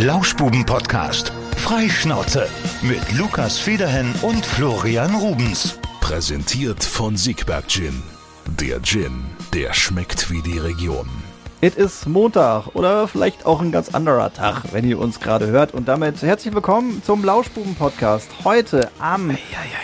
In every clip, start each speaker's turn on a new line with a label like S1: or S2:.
S1: Lauschbuben-Podcast. Freischnauze. Mit Lukas Federhen und Florian Rubens.
S2: Präsentiert von Siegberg Gin. Der Gin, der schmeckt wie die Region.
S3: Es ist Montag oder vielleicht auch ein ganz anderer Tag, wenn ihr uns gerade hört. Und damit herzlich willkommen zum Lauschbuben-Podcast. Heute am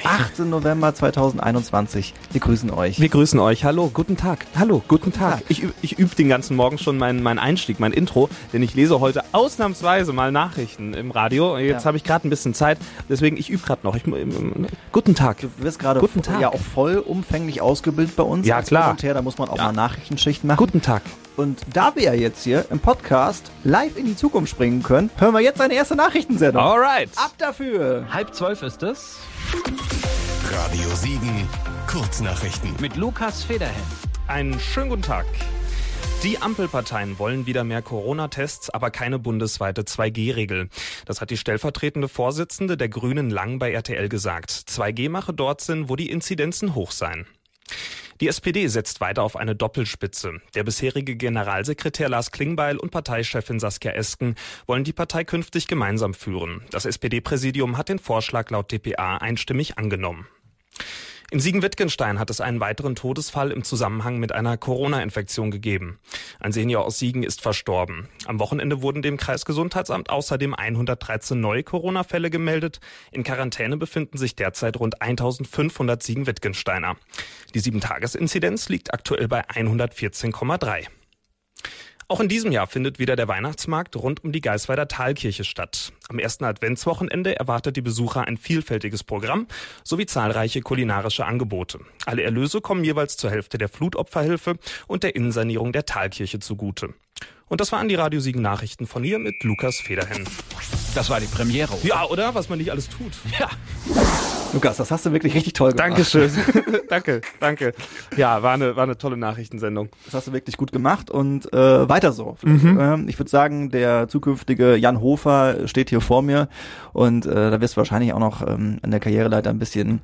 S3: 8. November 2021. Wir grüßen euch.
S4: Wir grüßen euch. Hallo, guten Tag. Hallo, guten Tag. Ich, üb- ich übe den ganzen Morgen schon meinen meinen Einstieg, mein Intro, denn ich lese heute ausnahmsweise mal Nachrichten im Radio. Jetzt
S3: Ja.
S4: habe ich gerade ein bisschen Zeit, deswegen ich übe gerade noch. Ich, mu- im- im- guten Tag.
S3: Du wirst gerade
S4: Guten Tag.
S3: ja auch vollumfänglich ausgebildet bei uns.
S4: Ja,
S3: als
S4: klar.
S3: Volontär. Da muss man auch mal Nachrichtenschichten machen.
S4: Guten Tag.
S3: Und da wir ja jetzt hier im Podcast live in die Zukunft springen können, hören wir jetzt eine erste Nachrichtensendung.
S4: Alright.
S3: Ab dafür!
S5: Halb zwölf ist es
S2: Radio Siegen, Kurznachrichten.
S5: mit Lukas Federhen.
S4: Einen schönen guten Tag. Die Ampelparteien wollen wieder mehr Corona-Tests, aber keine bundesweite 2G-Regel. Das hat die stellvertretende Vorsitzende der Grünen Lang bei RTL gesagt. 2G mache dort Sinn, wo die Inzidenzen hoch seien. Die SPD setzt weiter auf eine Doppelspitze. Der bisherige Generalsekretär Lars Klingbeil und Parteichefin Saskia Esken wollen die Partei künftig gemeinsam führen. Das SPD-Präsidium hat den Vorschlag laut dpa einstimmig angenommen. In Siegen-Wittgenstein hat es einen weiteren Todesfall im Zusammenhang mit einer Corona-Infektion gegeben. Ein Senior aus Siegen ist verstorben. Am Wochenende wurden dem Kreisgesundheitsamt außerdem 113 neue Corona-Fälle gemeldet. In Quarantäne befinden sich derzeit rund 1500 Siegen-Wittgensteiner. Die 7-Tages-Inzidenz liegt aktuell bei 114,3. Auch in diesem Jahr findet wieder der Weihnachtsmarkt rund um die Geisweider Talkirche statt. Am ersten Adventswochenende erwartet die Besucher ein vielfältiges Programm sowie zahlreiche kulinarische Angebote. Alle Erlöse kommen jeweils zur Hälfte der Flutopferhilfe und der Innensanierung der Talkirche zugute. Und das waren die Radio Siegen Nachrichten von hier mit Lukas Federhen.
S5: Das war die Premiere.
S4: Ja, oder? Was man nicht alles tut.
S5: Ja.
S3: Lukas, das hast du wirklich richtig toll gemacht.
S4: Dankeschön. danke, danke. Ja, war eine, war eine tolle Nachrichtensendung.
S3: Das hast du wirklich gut gemacht und äh, weiter so.
S4: Mhm.
S3: Ähm, ich würde sagen, der zukünftige Jan Hofer steht hier vor mir und äh, da wirst du wahrscheinlich auch noch ähm, an der Karriereleiter ein bisschen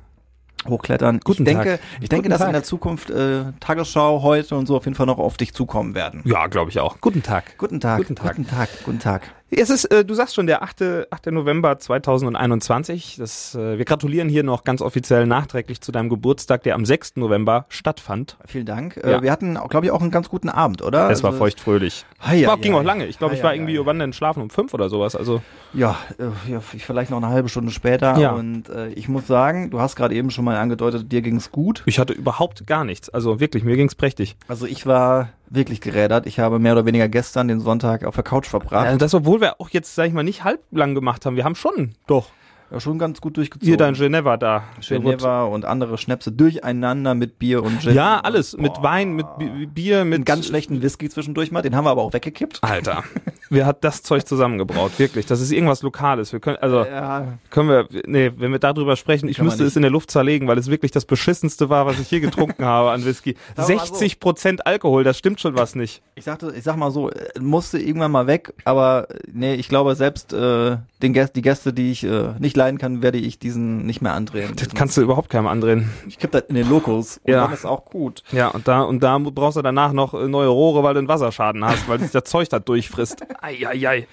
S3: hochklettern.
S4: Guten
S3: ich denke,
S4: Tag.
S3: ich denke,
S4: Guten
S3: dass
S4: Tag.
S3: in der Zukunft äh, Tagesschau heute und so auf jeden Fall noch auf dich zukommen werden.
S4: Ja, glaube ich auch. Guten Tag.
S3: Guten Tag.
S4: Guten Tag.
S3: Guten Tag. Guten Tag.
S4: Es ist, äh, du sagst schon, der 8. 8. November 2021. Das, äh, wir gratulieren hier noch ganz offiziell nachträglich zu deinem Geburtstag, der am 6. November stattfand.
S3: Vielen Dank. Äh,
S4: Ja.
S3: wir hatten, glaube ich, auch einen ganz guten Abend, oder?
S4: es war
S3: Also-
S4: feuchtfröhlich.
S3: Hei,
S4: war,
S3: hei,
S4: ging
S3: hei.
S4: auch lange. Ich glaube,
S3: Hei,
S4: ich war
S3: hei,
S4: irgendwie,
S3: hei.
S4: wann denn schlafen? Um fünf oder sowas. Also
S3: Ja, äh, ja, f- vielleicht noch eine halbe Stunde später.
S4: Ja.
S3: Und äh, ich muss sagen, du hast gerade eben schon mal angedeutet, dir ging's gut.
S4: ich hatte überhaupt gar nichts. Also wirklich, mir ging's prächtig.
S3: Also ich war wirklich gerädert. Ich habe mehr oder weniger gestern den Sonntag auf der Couch verbracht.
S4: Also das, obwohl wir auch jetzt, sag ich mal, nicht halblang gemacht haben. Wir haben schon, doch,
S3: Ja, schon ganz gut durchgezogen.
S4: hier dein Geneva da. Der wird-
S3: Geneva und andere Schnäpse durcheinander mit Bier und Gin.
S4: Ja, alles.
S3: Und,
S4: Mit
S3: boah,
S4: Wein, mit Bi- Bier, mit...
S3: Einen ganz schlechten Whisky zwischendurch mal. Den haben wir aber auch weggekippt.
S4: Alter, wir hat das Zeug zusammengebraut, wirklich. Das ist irgendwas Lokales. Wir können, also...
S3: Ja,
S4: Können wir, nee, wenn wir darüber sprechen, ich
S3: Können wir
S4: müsste
S3: nicht.
S4: es in der Luft zerlegen, weil es wirklich das beschissenste war, was ich hier getrunken habe an Whisky.
S3: Sagen wir mal
S4: 60 Prozent Alkohol, das stimmt schon was nicht.
S3: ich sagte, ich sag mal so, äh, musste irgendwann mal weg, aber äh, nee, ich glaube selbst äh, den Gäst, die Gäste, die ich äh, nicht leiden kann, werde ich diesen nicht mehr andrehen.
S4: Das kannst du überhaupt keinem andrehen.
S3: ich kipp das in den Lokus und
S4: Ja.
S3: dann ist auch gut.
S4: Ja, und da, und da brauchst du danach noch äh, neue Rohre, weil du einen Wasserschaden hast, weil sich das Zeug da durchfrisst. Eieiei.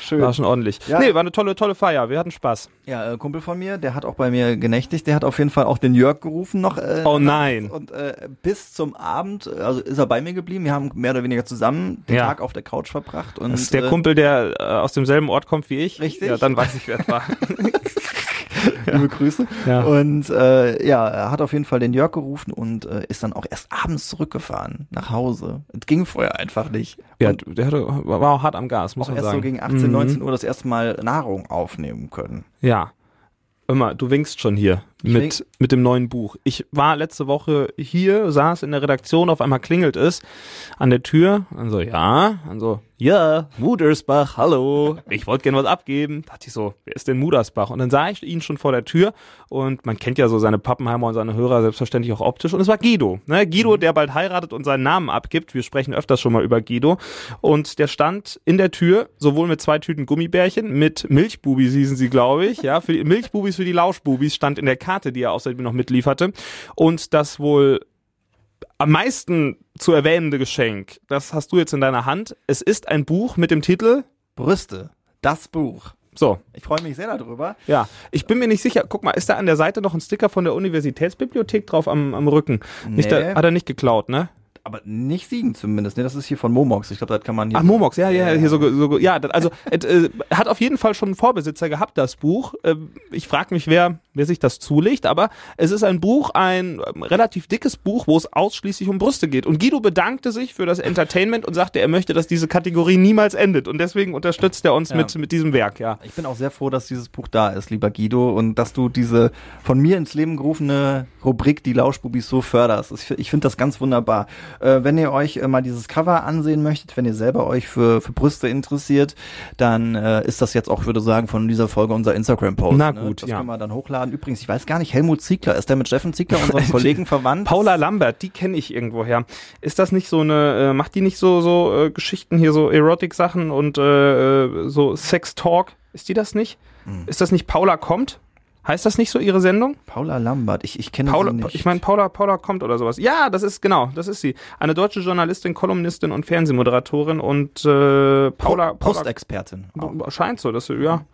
S3: Schön.
S4: War schon ordentlich.
S3: Ja.
S4: Nee, war eine tolle, tolle Feier. Wir hatten Spaß.
S3: Ja, äh, Kumpel von mir, der hat auch bei mir genächtigt, der hat auf jeden Fall auch den Jörg gerufen noch. Äh,
S4: Oh nein.
S3: Und äh, bis zum Abend, äh, also ist er bei mir geblieben. Wir haben mehr oder weniger zusammen den
S4: Ja.
S3: Tag auf der Couch verbracht. Und,
S4: Das ist der
S3: äh,
S4: Kumpel, der äh, aus demselben Ort kommt wie ich.
S3: Richtig.
S4: Ja, dann weiß ich, wer es war.
S3: Liebe Grüße.
S4: Ja.
S3: Und äh, ja, er hat auf jeden Fall den Jörg gerufen und äh, ist dann auch erst abends zurückgefahren nach Hause. Es ging vorher einfach nicht.
S4: Ja,
S3: und
S4: der hatte, war auch hart am Gas, muss
S3: auch
S4: man
S3: erst
S4: sagen.
S3: so gegen 18,
S4: Mhm.
S3: 19 Uhr das erste Mal Nahrung aufnehmen können.
S4: Ja. Immer, du winkst schon hier mit, mit dem neuen Buch. Ich war letzte Woche hier, saß in der Redaktion, auf einmal klingelt es an der Tür. Dann so, ja. Dann so, ja, Mudersbach, hallo. Ich wollte gerne was abgeben. Dachte ich so, wer ist denn Mudersbach? Und dann sah ich ihn schon vor der Tür und man kennt ja so seine Pappenheimer und seine Hörer selbstverständlich auch optisch. Und es war Guido. Ne? Guido, der bald heiratet und seinen Namen abgibt. Wir sprechen öfters schon mal über Guido. Und der stand in der Tür, sowohl mit zwei Tüten Gummibärchen, mit Milchbubis hießen sie, glaube ich. Ja, für die Milchbubis, für die Lauschbubis stand in der Karte, die er außerdem noch mitlieferte. Und das wohl am meisten zu erwähnende Geschenk, das hast du jetzt in deiner Hand. Es ist ein Buch mit dem Titel
S3: Brüste. Das Buch.
S4: So,
S3: Ich freue mich sehr darüber.
S4: ja. Ich bin mir nicht sicher. Guck mal, ist da an der Seite noch ein Sticker von der Universitätsbibliothek drauf am, am Rücken? Nicht
S3: Nee.
S4: da, hat er nicht geklaut, ne?
S3: Aber nicht Siegen zumindest. Ne, das ist hier von Momox. Ich glaube, das kann man hier.
S4: Ach, Momox, ja, ja, hier so, ge- so ge- ja, das- also et, äh, hat auf jeden Fall schon einen Vorbesitzer gehabt, das Buch. Ähm, ich frage mich, wer, wer sich das zulegt, aber es ist ein Buch, ein ähm, relativ dickes Buch, wo es ausschließlich um Brüste geht. Und Guido bedankte sich für das Entertainment und sagte, er möchte, dass diese Kategorie niemals endet. Und deswegen unterstützt er uns mit, mit diesem Werk, ja.
S3: Ich bin auch sehr froh, dass dieses Buch da ist, lieber Guido, und dass du diese von mir ins Leben gerufene Rubrik Die Lauschbubis so förderst. Ich, fi- ich finde das ganz wunderbar. Äh, wenn ihr euch äh, mal dieses Cover ansehen möchtet, wenn ihr selber euch für, für Brüste interessiert, dann äh, ist das jetzt auch, würde sagen, von dieser Folge unser Instagram-Post. ne?
S4: Na gut,
S3: das
S4: ja.
S3: können wir dann hochladen. Übrigens, ich weiß gar nicht, Helmut Ziegler, ist der mit Steffen Ziegler, unserem Kollegen, verwandt?
S4: Paula Lambert, die kenne ich irgendwoher. Ist das nicht so eine, äh, macht die nicht so, so äh, Geschichten hier, so Erotik-Sachen und äh, äh, so Sex-Talk? Ist die das nicht?
S3: Hm.
S4: Ist das nicht Paula kommt? Heißt das nicht so ihre Sendung?
S3: Paula Lambert, ich, ich kenne
S4: Paula,
S3: sie nicht.
S4: ich meine, Paula, Paula kommt oder sowas. Ja, das ist, genau, das ist sie. Eine deutsche Journalistin, Kolumnistin und Fernsehmoderatorin und äh, Paula, Paula
S3: Brustexpertin. auch.
S4: scheint so, dass sie, ja.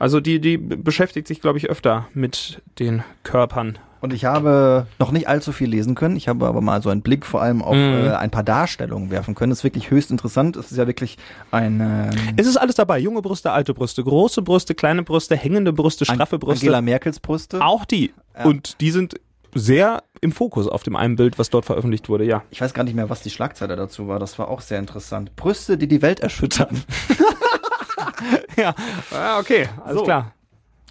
S4: Also die, die beschäftigt sich, glaube ich, öfter mit den Körpern
S3: Und ich habe noch nicht allzu viel lesen können. Ich habe aber mal so einen Blick vor allem auf
S4: Mhm.
S3: äh, ein paar Darstellungen werfen können. Das ist wirklich höchst interessant. Es ist ja wirklich ein ähm,
S4: Es ist alles dabei. Junge Brüste, alte Brüste, große Brüste, kleine Brüste, hängende Brüste, straffe Brüste.
S3: Angela Merkels Brüste.
S4: Auch die. Und die sind sehr im Fokus auf dem einen Bild, was dort veröffentlicht wurde, ja.
S3: Ich weiß gar nicht mehr, was die Schlagzeile dazu war. Das war auch sehr interessant. Brüste, die die Welt erschüttern.
S4: Ja, ah, okay, alles
S3: So.
S4: klar.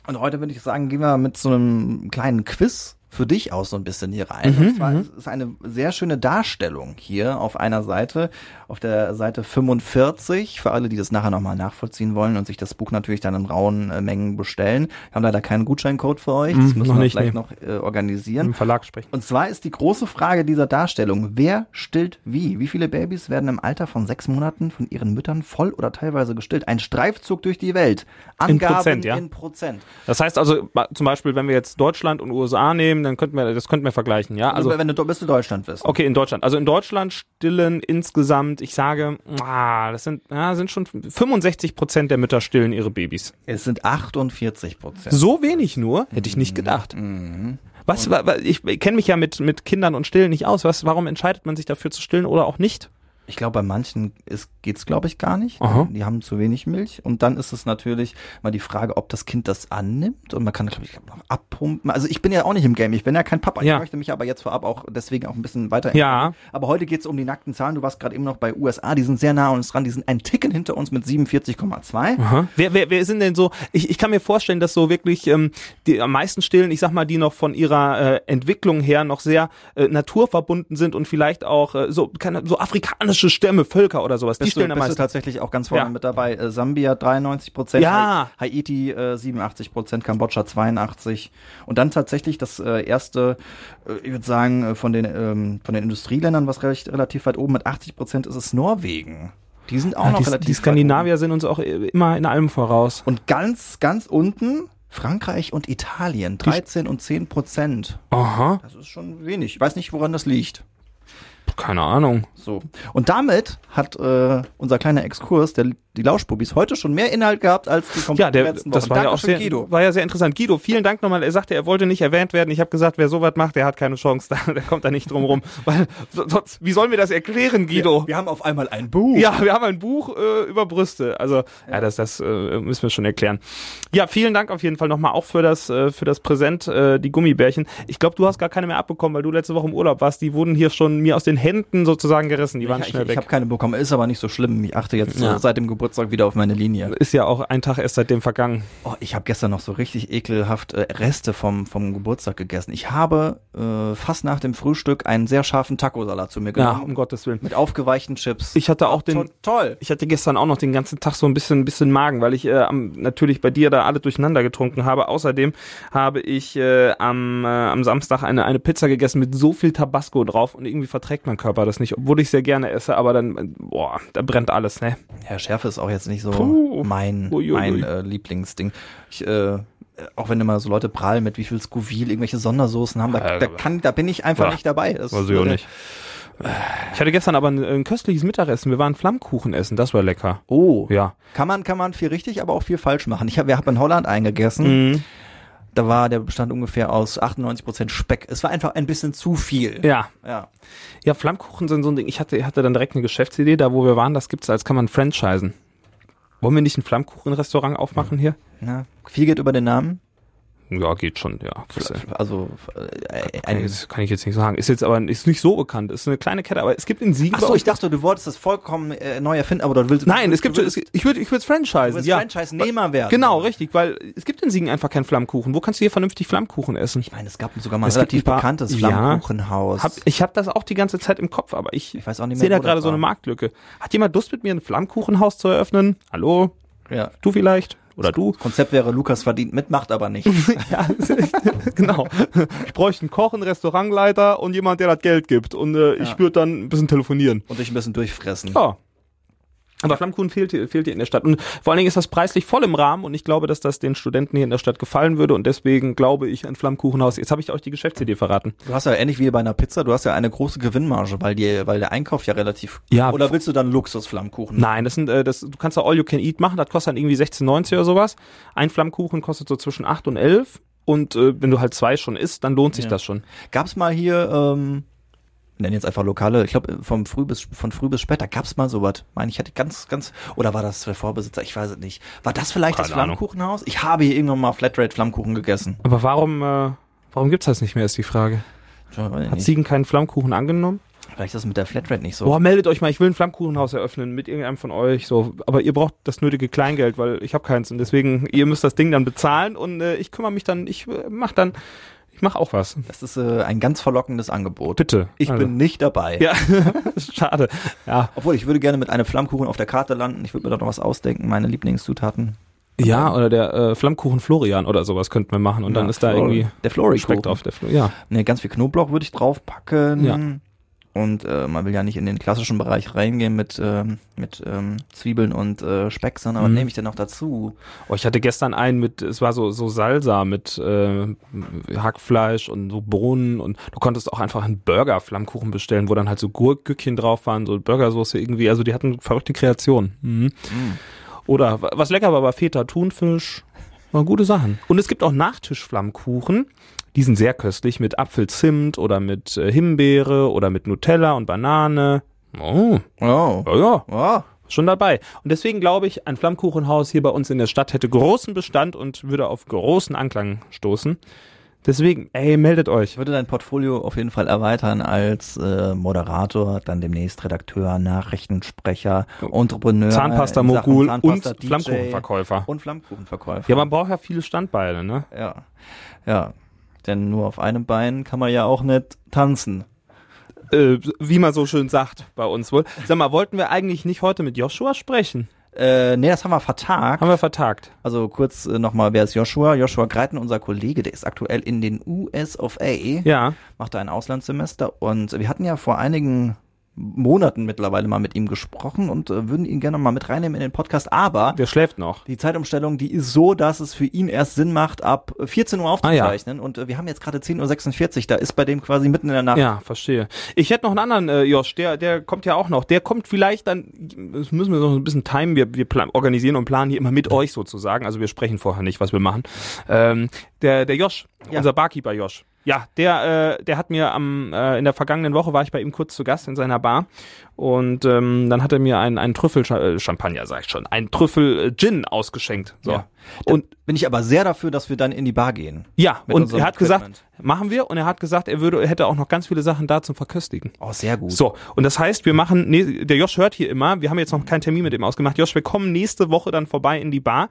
S3: Und heute würde ich sagen, gehen wir mit so einem kleinen Quiz für dich aus so ein bisschen hier rein.
S4: Mhm,
S3: und zwar es ist eine sehr schöne Darstellung hier auf einer Seite, auf der Seite 45, für alle, die das nachher nochmal nachvollziehen wollen und sich das Buch natürlich dann in rauen äh, Mengen bestellen. Wir haben leider keinen Gutscheincode für euch, das müssen
S4: Mhm, noch
S3: wir
S4: nicht,
S3: vielleicht
S4: nee. Mhm.
S3: noch äh, organisieren.
S4: Im Verlag sprechen.
S3: Und zwar ist die große Frage dieser Darstellung, wer stillt wie? Wie viele Babys werden im Alter von sechs Monaten von ihren Müttern voll oder teilweise gestillt? Ein Streifzug durch die Welt. Angaben
S4: Prozent, ja?
S3: in Prozent.
S4: Das heißt also, ba- zum Beispiel, wenn wir jetzt Deutschland und USA nehmen, dann könnten wir, das könnten wir vergleichen, ja.
S3: Also,
S4: Also,
S3: wenn du do- bist du Deutschland bist.
S4: okay, in Deutschland. Also in Deutschland stillen insgesamt, ich sage, ah, das sind, ja, sind schon 65 Prozent der Mütter stillen ihre Babys.
S3: Es sind 48 Prozent.
S4: So wenig nur, hätte ich nicht gedacht. Was, wa- wa- ich kenne mich ja mit, mit Kindern und Stillen nicht aus. Was, warum entscheidet man sich dafür zu stillen oder auch nicht?
S3: Ich glaube, bei manchen ist- geht's glaube ich, gar nicht.
S4: Aha.
S3: Die haben zu wenig Milch. Und dann ist es natürlich mal die Frage, ob das Kind das annimmt. Und man kann, glaube ich, noch abpumpen. Also ich bin ja auch nicht im Game. Ich bin ja kein Papa.
S4: Ja.
S3: Ich möchte mich aber jetzt vorab auch deswegen auch ein bisschen weiter.
S4: Ja.
S3: Aber heute geht's um die nackten Zahlen. Du warst gerade eben noch bei USA. Die sind sehr nah an uns dran. Die sind ein Ticken hinter uns mit 47,2.
S4: Wer, wer, wer sind denn so? Ich, ich kann mir vorstellen, dass so wirklich ähm, die am meisten Stillen, ich sag mal, die noch von ihrer äh, Entwicklung her noch sehr äh, naturverbunden sind und vielleicht auch äh, so, keine, so afrikanische Stämme, Völker oder sowas. die
S3: Bist, du,
S4: stillen am
S3: bist du
S4: meisten.
S3: tatsächlich auch ganz vorne
S4: Ja.
S3: mit dabei. Äh, Sambia 93 Prozent,
S4: Ja.
S3: Haiti äh, 87 Prozent, Kambodscha 82 und dann tatsächlich das äh, erste, äh, ich würde sagen äh, von den ähm, von den Industrieländern, was recht, relativ weit oben mit 80 Prozent ist, ist Norwegen. Die sind auch
S4: Ja,
S3: noch
S4: Ah, die,
S3: relativ
S4: die Skandinavier sind uns auch äh, immer in allem voraus.
S3: weit oben. Und ganz ganz unten Frankreich und Italien 13 und 10 Prozent.
S4: Aha,
S3: Das ist schon wenig. Ich weiß nicht, woran das liegt.
S4: keine Ahnung.
S3: So. Und damit hat äh, unser kleiner Exkurs, der, die Lauschbubis, heute schon mehr Inhalt gehabt als die
S4: Ja,
S3: kompletten
S4: der,
S3: letzten Wochen.
S4: das war ja, auch
S3: Dankeschön,
S4: sehr,
S3: Guido.
S4: war ja sehr interessant. Guido, vielen Dank nochmal. Er sagte, er wollte nicht erwähnt werden. Ich habe gesagt, wer sowas macht, der hat keine Chance. Da- Der kommt da nicht drum rum. Weil, so- sonst, wie sollen wir das erklären, Guido?
S3: Wir haben auf einmal ein Buch.
S4: Ja, wir haben ein Buch äh, über Brüste. Also, ja, das, das äh, müssen wir schon erklären. Ja, vielen Dank auf jeden Fall nochmal auch für das, äh, für das Präsent, äh, die Gummibärchen. Ich glaube, du hast gar keine mehr abbekommen, weil du letzte Woche im Urlaub warst. Die wurden hier schon mir aus den Händen sozusagen gerissen. Die waren
S3: Ich, ich,
S4: schnell
S3: ich
S4: weg.
S3: habe keine bekommen, ist aber nicht so schlimm. Ich achte jetzt
S4: Ja.
S3: äh, seit dem Geburtstag wieder auf meine Linie.
S4: Ist ja auch ein Tag erst seitdem vergangen.
S3: Oh, ich habe gestern noch so richtig ekelhaft äh, Reste vom, vom Geburtstag gegessen. Ich habe äh, fast nach dem Frühstück einen sehr scharfen Tacosalat zu mir
S4: Ja,
S3: genommen.
S4: um Gottes Willen.
S3: Mit aufgeweichten Chips.
S4: Ich hatte auch den,
S3: To- toll.
S4: Ich hatte gestern auch noch den ganzen Tag so ein bisschen, bisschen Magen, weil ich äh, am, natürlich bei dir da alle durcheinander getrunken habe. Außerdem habe ich äh, am, äh, am Samstag eine, eine Pizza gegessen mit so viel Tabasco drauf und irgendwie verträgt mein Körper das nicht, obwohl ich sehr gerne esse, aber dann, äh, boah, da brennt alles, ne?
S3: Ja, Schärfe ist auch jetzt nicht so
S4: Puh.
S3: mein,
S4: Uiuiui.
S3: mein äh, Lieblingsding. Ich, äh, auch wenn immer so Leute prahlen mit wie viel Scoville irgendwelche Sondersoßen haben, da, da, kann, da bin ich einfach
S4: Ja.
S3: nicht dabei. Das,
S4: Weiß ich auch
S3: äh,
S4: nicht. Ich hatte gestern aber ein, ein köstliches Mittagessen. Wir waren Flammkuchen essen. Das war lecker.
S3: Oh.
S4: Ja.
S3: Kann man, kann man viel richtig, aber auch viel falsch machen. Ich habe hab in Holland eingegessen.
S4: Mhm.
S3: Da war der Bestand ungefähr aus 98% Speck. Es war einfach ein bisschen zu viel.
S4: Ja.
S3: Ja.
S4: Ja, Flammkuchen sind so ein Ding. Ich hatte, hatte dann direkt eine Geschäftsidee. Da, wo wir waren, das gibt's als kann man franchisen. Wollen wir nicht ein Flammkuchenrestaurant aufmachen hier?
S3: Na, ne? viel geht über den Namen.
S4: Ja, geht schon, ja. Kriegst du.
S3: Also, äh,
S4: Kann ich
S3: ein,
S4: jetzt- kann ich jetzt nicht sagen. Ist jetzt aber ist nicht so bekannt. Ist eine kleine Kette, aber es gibt in Siegen.
S3: ach so,
S4: bei
S3: ich
S4: uns-
S3: dachte, du wolltest das vollkommen äh, neu erfinden, aber dort willst du.
S4: Nein, es gibt,
S3: du
S4: es,
S3: willst,
S4: gibt- ich würde ich würde es
S3: du
S4: franchisen.
S3: willst
S4: Ja.
S3: Franchise-Nehmer werden.
S4: Genau, richtig, weil es gibt in Siegen einfach keinen Flammkuchen. Wo kannst du hier vernünftig Flammkuchen essen?
S3: Nein, es gab sogar mal ein
S4: Es gibt
S3: relativ
S4: ein paar-
S3: bekanntes
S4: Ja.
S3: Flammkuchenhaus.
S4: Hab, ich habe das auch die ganze Zeit im Kopf, aber ich,
S3: Ich weiß auch nicht mehr,
S4: sehe da
S3: wo das
S4: gerade so
S3: war.
S4: eine Marktlücke. Hat jemand Lust mit mir ein Flammkuchenhaus zu eröffnen? Hallo?
S3: ja.
S4: Du vielleicht? Oder du?
S3: Konzept wäre, Lukas verdient mit, macht aber nicht.
S4: ja, genau. Ich bräuchte einen Koch, einen Restaurantleiter und jemand, der das Geld gibt. Und äh, ich würde dann ein bisschen telefonieren.
S3: und dich ein bisschen durchfressen.
S4: Ja. Aber Flammkuchen fehlt, hier- fehlt hier in der Stadt. Und vor allen Dingen ist das preislich voll im Rahmen und ich glaube, dass das den Studenten hier in der Stadt gefallen würde und deswegen glaube ich ein Flammkuchenhaus. Jetzt habe ich euch die Geschäftsidee verraten.
S3: Du hast ja ähnlich wie bei einer Pizza, du hast ja eine große Gewinnmarge, weil, die, weil der Einkauf ja relativ.
S4: Ja,
S3: Oder
S4: f-
S3: willst du dann Luxusflammkuchen?
S4: Nein, das sind, äh, das, du kannst da All You Can Eat machen, das kostet dann irgendwie 16,90 oder sowas. Ein Flammkuchen kostet so zwischen 8 und 11 und äh, wenn du halt zwei schon isst, dann lohnt sich das schon.
S3: Gab's mal hier, ähm, wir nennen jetzt einfach Lokale, ich glaube vom früh bis von früh bis später gab's mal sowas. Meine ich hatte ganz ganz oder war das der Vorbesitzer, ich weiß es nicht. War das vielleicht das
S4: Keine Ahnung.
S3: Flammkuchenhaus? Ich habe hier irgendwann mal Flatrate Flammkuchen gegessen.
S4: Aber warum, äh, warum gibt's das nicht mehr, ist die Frage.
S3: Tja, weiß ich
S4: Hat
S3: nicht.
S4: Siegen keinen Flammkuchen angenommen?
S3: Vielleicht ist das mit der Flatrate nicht so.
S4: Boah, meldet euch mal, ich will ein Flammkuchenhaus eröffnen mit irgendeinem von euch. So, aber ihr braucht das nötige Kleingeld, weil ich habe keins und deswegen ihr müsst das Ding dann bezahlen und äh, ich kümmere mich dann, ich äh, mach dann, ich mach auch was.
S3: Das ist äh, ein ganz verlockendes Angebot.
S4: Bitte.
S3: Ich
S4: Also.
S3: bin nicht dabei.
S4: Ja, schade. Ja,
S3: Obwohl ich würde gerne mit einem Flammkuchen auf der Karte landen. Ich würde mir da noch was ausdenken, meine Lieblingszutaten.
S4: ja oder der äh, Flammkuchen Florian oder sowas könnten wir machen und dann
S3: Ja,
S4: ist da
S3: Flori-
S4: irgendwie
S3: der Flori
S4: Speck drauf. Der Flo ja.
S3: Ne, ganz viel Knoblauch würde ich draufpacken.
S4: Ja.
S3: Und äh, man will ja nicht in den klassischen Bereich reingehen mit, ähm, mit ähm, Zwiebeln und äh, Speck, sondern was
S4: Mhm.
S3: nehme ich denn noch dazu?
S4: Oh, ich hatte gestern einen mit, es war so, so Salsa mit äh, Hackfleisch und so Bohnen und du konntest auch einfach einen Burger-Flammkuchen bestellen, wo dann halt so Gurkgückchen drauf waren, so Burgersoße irgendwie. Also die hatten verrückte Kreationen. Mhm. Oder wa- was lecker war, war Feta Thunfisch. Waren gute Sachen. Und es gibt auch Nachtischflammkuchen. Die sind sehr köstlich mit Apfelzimt oder mit äh, Himbeere oder mit Nutella und Banane. Oh,
S3: Oh.
S4: ja, ja
S3: Oh.
S4: schon dabei. Und deswegen glaube ich, ein Flammkuchenhaus hier bei uns in der Stadt hätte großen Bestand und würde auf großen Anklang stoßen. Deswegen, ey, meldet euch.
S3: Ich würde dein Portfolio auf jeden Fall erweitern als äh, Moderator, dann demnächst Redakteur, Nachrichtensprecher, Entrepreneur,
S4: Zahnpasta-Mogul
S3: in Sachen
S4: Oh. und
S3: Zahnpasta-DJ
S4: Flammkuchenverkäufer.
S3: Und Flammkuchenverkäufer.
S4: Ja, man braucht ja viele Standbeine, ne?
S3: ja. ja. Denn nur auf einem Bein kann man ja auch nicht tanzen.
S4: Äh, wie man so schön sagt bei uns wohl. Sag mal, wollten wir eigentlich nicht heute mit Joshua sprechen?
S3: Äh, nee, das haben wir vertagt.
S4: Haben wir vertagt.
S3: Also kurz äh, nochmal, wer ist Joshua? Joshua Greiten, unser Kollege, der ist aktuell in den US of A,
S4: Ja.
S3: macht da ein Auslandssemester und wir hatten ja vor einigen Monaten mittlerweile mal mit ihm gesprochen und äh, würden ihn gerne mal mit reinnehmen in den Podcast, aber
S4: Der schläft noch.
S3: die Zeitumstellung, die ist so, dass es für ihn erst Sinn macht, ab 14 Uhr aufzuzeichnen und äh, wir haben jetzt gerade 10.46 Uhr, da ist bei dem quasi mitten in der Nacht.
S4: Ja, verstehe. Ich hätte noch einen anderen äh, Josh, der, der kommt ja auch noch. Der kommt vielleicht dann, das müssen wir noch ein bisschen timen, wir, wir plan, organisieren und planen hier immer mit euch sozusagen. Also wir sprechen vorher nicht, was wir machen. Ähm, der, der Josh,
S3: Ja.
S4: unser Barkeeper Josh. Ja, der, äh, der hat mir am, äh, in der vergangenen Woche war ich bei ihm kurz zu Gast in seiner Bar und ähm, dann hat er mir einen, einen Trüffel äh, Champagner, sag ich schon, einen Trüffel äh, Gin ausgeschenkt. So.
S3: Ja.
S4: Und
S3: Bin ich aber sehr dafür, dass wir dann in die Bar gehen.
S4: ja,
S3: Mit
S4: und
S3: unserem
S4: er hat
S3: Equipment.
S4: gesagt, machen wir und er hat gesagt, er würde, er hätte auch noch ganz viele Sachen da zum Verköstigen.
S3: Oh, sehr gut.
S4: So, und das heißt, wir machen, nee, der Josh hört hier immer, wir haben jetzt noch keinen Termin mit ihm ausgemacht. Josh, wir kommen nächste Woche dann vorbei in die Bar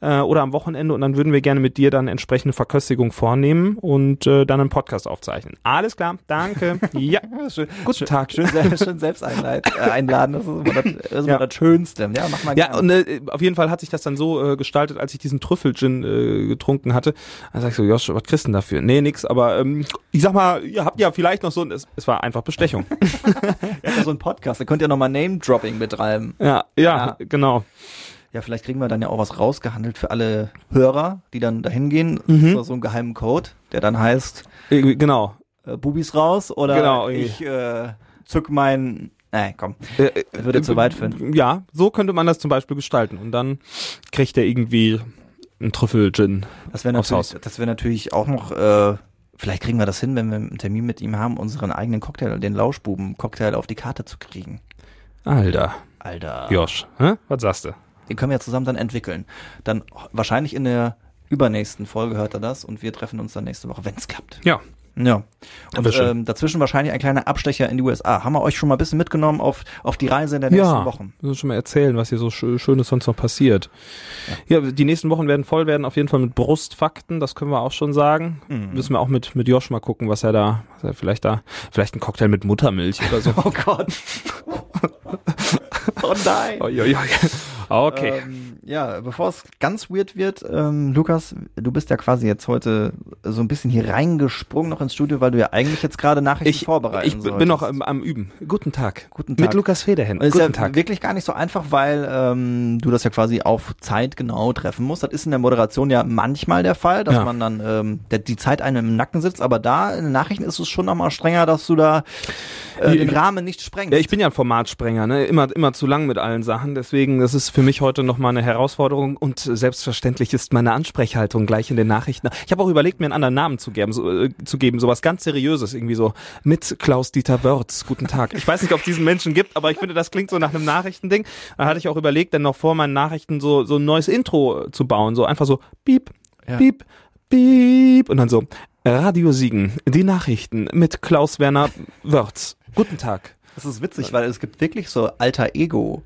S4: äh, oder am Wochenende und dann würden wir gerne mit dir dann entsprechende Verköstigung vornehmen und äh, dann einen Podcast aufzeichnen. Alles klar, danke. ja, schön. guten Tag.
S3: Schön, sel- schön selbst einleit, äh, einladen, das ist immer das, das, ist immer
S4: Ja.
S3: das Schönste. Ja, mach mal
S4: Ja,
S3: gerne.
S4: und äh, auf jeden Fall hat sich das dann so äh, gestaltet, als ich diesen Trüffel-Gin äh, getrunken hatte. Dann sag ich so, Josh, was kriegst du denn dafür? Nee, nix, aber ähm, ich sag mal, ihr habt ja vielleicht noch so ein, es, es war einfach Bestechung.
S3: Ihr habt ja so einen Podcast, da könnt ihr nochmal Name-Dropping betreiben.
S4: ja, ja, genau.
S3: Ja, vielleicht kriegen wir dann ja auch was rausgehandelt für alle Hörer, die dann dahin gehen.
S4: Mhm.
S3: So, so einen geheimen Code, der dann heißt
S4: Irgendwie, Genau.
S3: äh, Bubis raus oder
S4: Genau, irgendwie.
S3: ich äh, zück mein. Nein, komm.
S4: Äh,
S3: Würde zu weit führen.
S4: Ja, so könnte man das zum Beispiel gestalten. Und dann kriegt er irgendwie einen Trüffel-Gin.
S3: Das wäre
S4: Aufs
S3: natürlich, das wäre natürlich auch noch. Äh, vielleicht kriegen wir das hin, wenn wir einen Termin mit ihm haben, unseren eigenen Cocktail, den Lauschbuben-Cocktail auf die Karte zu kriegen.
S4: Alter,
S3: Alter.
S4: Josh, hä? was sagst du?
S3: Den können wir ja zusammen dann entwickeln. Dann wahrscheinlich in der übernächsten Folge hört er das und wir treffen uns dann nächste Woche, wenn es klappt.
S4: Ja,
S3: Ja. Und
S4: wird schön.
S3: ähm, dazwischen wahrscheinlich ein kleiner Abstecher in die USA. Haben wir euch schon mal ein bisschen mitgenommen auf, auf die Reise in der nächsten
S4: ja.
S3: Wochen.
S4: Müssen wir schon mal erzählen, was hier so schö- Schönes sonst noch passiert. Ja. die nächsten Wochen werden voll werden, auf jeden Fall mit Brustfakten, das können wir auch schon sagen.
S3: Mhm.
S4: Müssen wir auch mit, mit Josh mal gucken, was er da, was er vielleicht da, vielleicht ein Cocktail mit Muttermilch oder so.
S3: Oh Gott. oh nein.
S4: Oi, oi, oi. Okay.
S3: Ähm, ja, bevor es ganz weird wird, ähm, Lukas, du bist ja quasi jetzt heute so ein bisschen hier reingesprungen noch ins Studio, weil du ja eigentlich jetzt gerade Nachrichten
S4: ich,
S3: vorbereiten
S4: ich bin
S3: solltest.
S4: noch am, am Üben. Guten Tag.
S3: Guten
S4: Mit
S3: Tag.
S4: Lukas Federhen.
S3: Und ist
S4: Guten
S3: ja
S4: Tag.
S3: wirklich gar nicht so einfach, weil ähm, du das ja quasi auf Zeit genau treffen musst. Das ist in der Moderation ja manchmal der Fall, dass
S4: Ja.
S3: man dann ähm, der, die Zeit einem im Nacken sitzt, aber da in den Nachrichten ist es schon nochmal strenger, dass du da äh, den
S4: Ich-
S3: Rahmen nicht sprengst.
S4: Ja, ich bin ja ein Formatsprenger, ne? Immer, immer zu lang mit allen Sachen. Deswegen, das ist für mich heute nochmal eine Herausforderung und äh, selbstverständlich ist meine Ansprechhaltung gleich in den Nachrichten. Ich habe auch überlegt, mir einen anderen Namen zu geben, so, äh, zu geben, sowas ganz Seriöses, irgendwie so mit Klaus-Dieter Wörz. Guten Tag. Ich weiß nicht, ob es diesen Menschen gibt, aber ich finde, das klingt so nach einem Nachrichtending. Da hatte ich auch überlegt, dann noch vor meinen Nachrichten so, so ein neues Intro äh, zu bauen. So einfach so, piep,
S3: Ja.
S4: piep, piep. Und dann so, Radio Siegen, die Nachrichten mit Klaus-Werner Wörz. Guten Tag.
S3: das ist witzig, weil es gibt wirklich so alter Ego.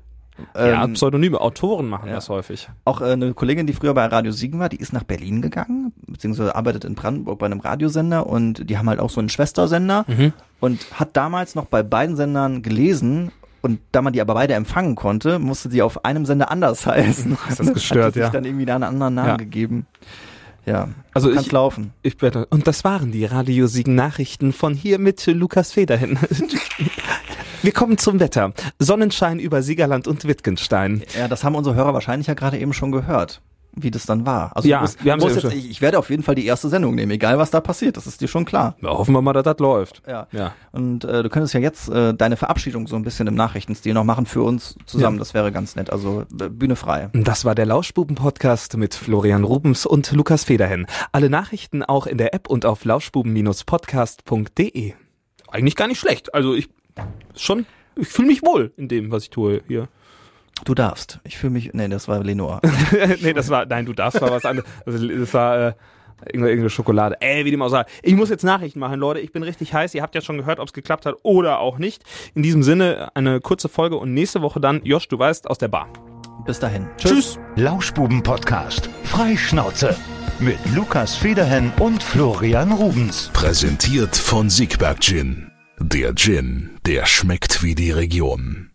S4: Ja,
S3: Ähm,
S4: Pseudonyme. Autoren machen
S3: ja.
S4: das häufig.
S3: auch äh, eine Kollegin, die früher bei Radio Siegen war, die ist nach Berlin gegangen, beziehungsweise arbeitet in Brandenburg bei einem Radiosender und die haben halt auch so einen Schwestersender
S4: Mhm.
S3: und hat damals noch bei beiden Sendern gelesen und da man die aber beide empfangen konnte, musste sie auf einem Sender anders heißen.
S4: Ist das gestört,
S3: hat die sich
S4: ja.
S3: dann irgendwie da einen anderen Namen
S4: Ja.
S3: gegeben. Ja,
S4: Also
S3: kann's
S4: ich-
S3: laufen.
S4: Ich werde, und das waren die radiosigen Nachrichten von hier mit Lukas Federhin. Wir kommen zum Wetter. Sonnenschein über Siegerland und Wittgenstein.
S3: Ja, das haben unsere Hörer wahrscheinlich ja gerade eben schon gehört, wie das dann war. Also
S4: Ja,
S3: du musst-
S4: wir haben's
S3: musst
S4: eben
S3: jetzt,
S4: schon.
S3: ich, ich werde auf jeden Fall die erste Sendung nehmen, egal was da passiert, das ist dir schon klar.
S4: Ja, hoffen wir mal, dass das läuft.
S3: Ja.
S4: Ja.
S3: Und äh, du könntest ja jetzt äh, deine Verabschiedung so ein bisschen im Nachrichtenstil noch machen für uns zusammen.
S4: Ja.
S3: Das wäre ganz nett. Also äh, Bühne frei.
S4: Das war der Lauschbuben-Podcast mit Florian Rubens und Lukas Federhen. Alle Nachrichten auch in der App und auf lauschbuben-podcast.de. Eigentlich gar nicht schlecht. Also ich schon, ich fühle mich wohl in dem, was ich tue hier.
S3: Du darfst. Ich fühle mich. Nee, das war Lenore.
S4: nee, das war, nein, du darfst war was anderes. Also, das war äh, irgendeine, irgendeine Schokolade. Ey, wie dem auch sei. Ich muss jetzt Nachrichten machen, Leute. Ich bin richtig heiß. Ihr habt ja schon gehört, ob es geklappt hat oder auch nicht. In diesem Sinne, eine kurze Folge und nächste Woche dann, Josh, du weißt, aus der Bar.
S3: Bis dahin.
S4: Tschüss.
S1: Lauschbuben-Podcast. Freischnauze. Mit Lukas Federhen und Florian Rubens.
S2: Präsentiert von Siegberg Gin. Der Gin, der schmeckt wie die Region.